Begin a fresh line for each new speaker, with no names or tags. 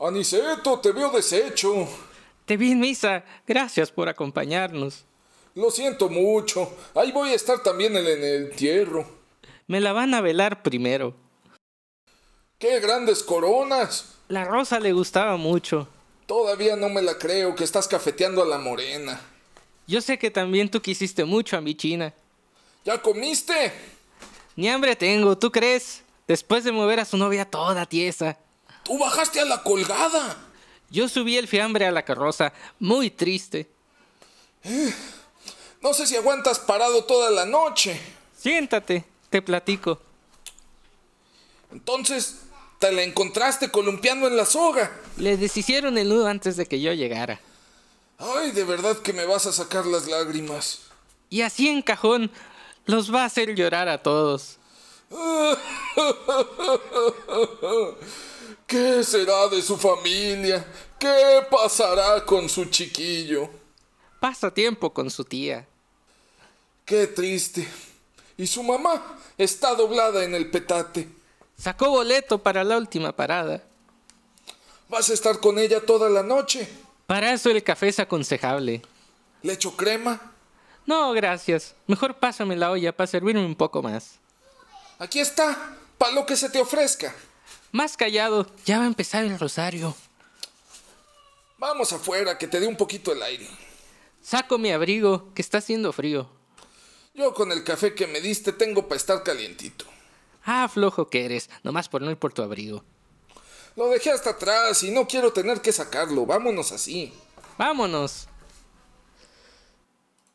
Aniceto, te veo deshecho.
Te vi en misa. Gracias por acompañarnos.
Lo siento mucho. Ahí voy a estar también en el entierro.
Me la van a velar primero.
¡Qué grandes coronas!
La rosa le gustaba mucho.
Todavía no me la creo que estás cafeteando a la morena.
Yo sé que también tú quisiste mucho a mi china.
¿Ya comiste?
Ni hambre tengo, ¿tú crees? Después de mover a su novia toda tiesa.
¡Tú bajaste a la colgada!
Yo subí el fiambre a la carroza, muy triste.
No sé si aguantas parado toda la noche.
Siéntate, te platico.
Entonces, te la encontraste columpiando en la soga.
Le deshicieron el nudo antes de que yo llegara.
Ay, de verdad que me vas a sacar las lágrimas.
Y así en cajón los va a hacer llorar a todos.
¿Qué será de su familia? ¿Qué pasará con su chiquillo?
Pasa tiempo con su tía.
Qué triste. Y su mamá está doblada en el petate.
Sacó boleto para la última parada.
¿Vas a estar con ella toda la noche?
Para eso el café es aconsejable.
¿Le echo crema?
No, gracias. Mejor pásame la olla para servirme un poco más.
Aquí está, para lo que se te ofrezca.
Más callado, ya va a empezar el rosario.
Vamos afuera, que te dé un poquito el aire.
Saco mi abrigo, que está haciendo frío.
Yo con el café que me diste tengo para estar calientito.
Ah, flojo que eres, nomás por no ir por tu abrigo.
Lo dejé hasta atrás y no quiero tener que sacarlo. Vámonos así.
Vámonos.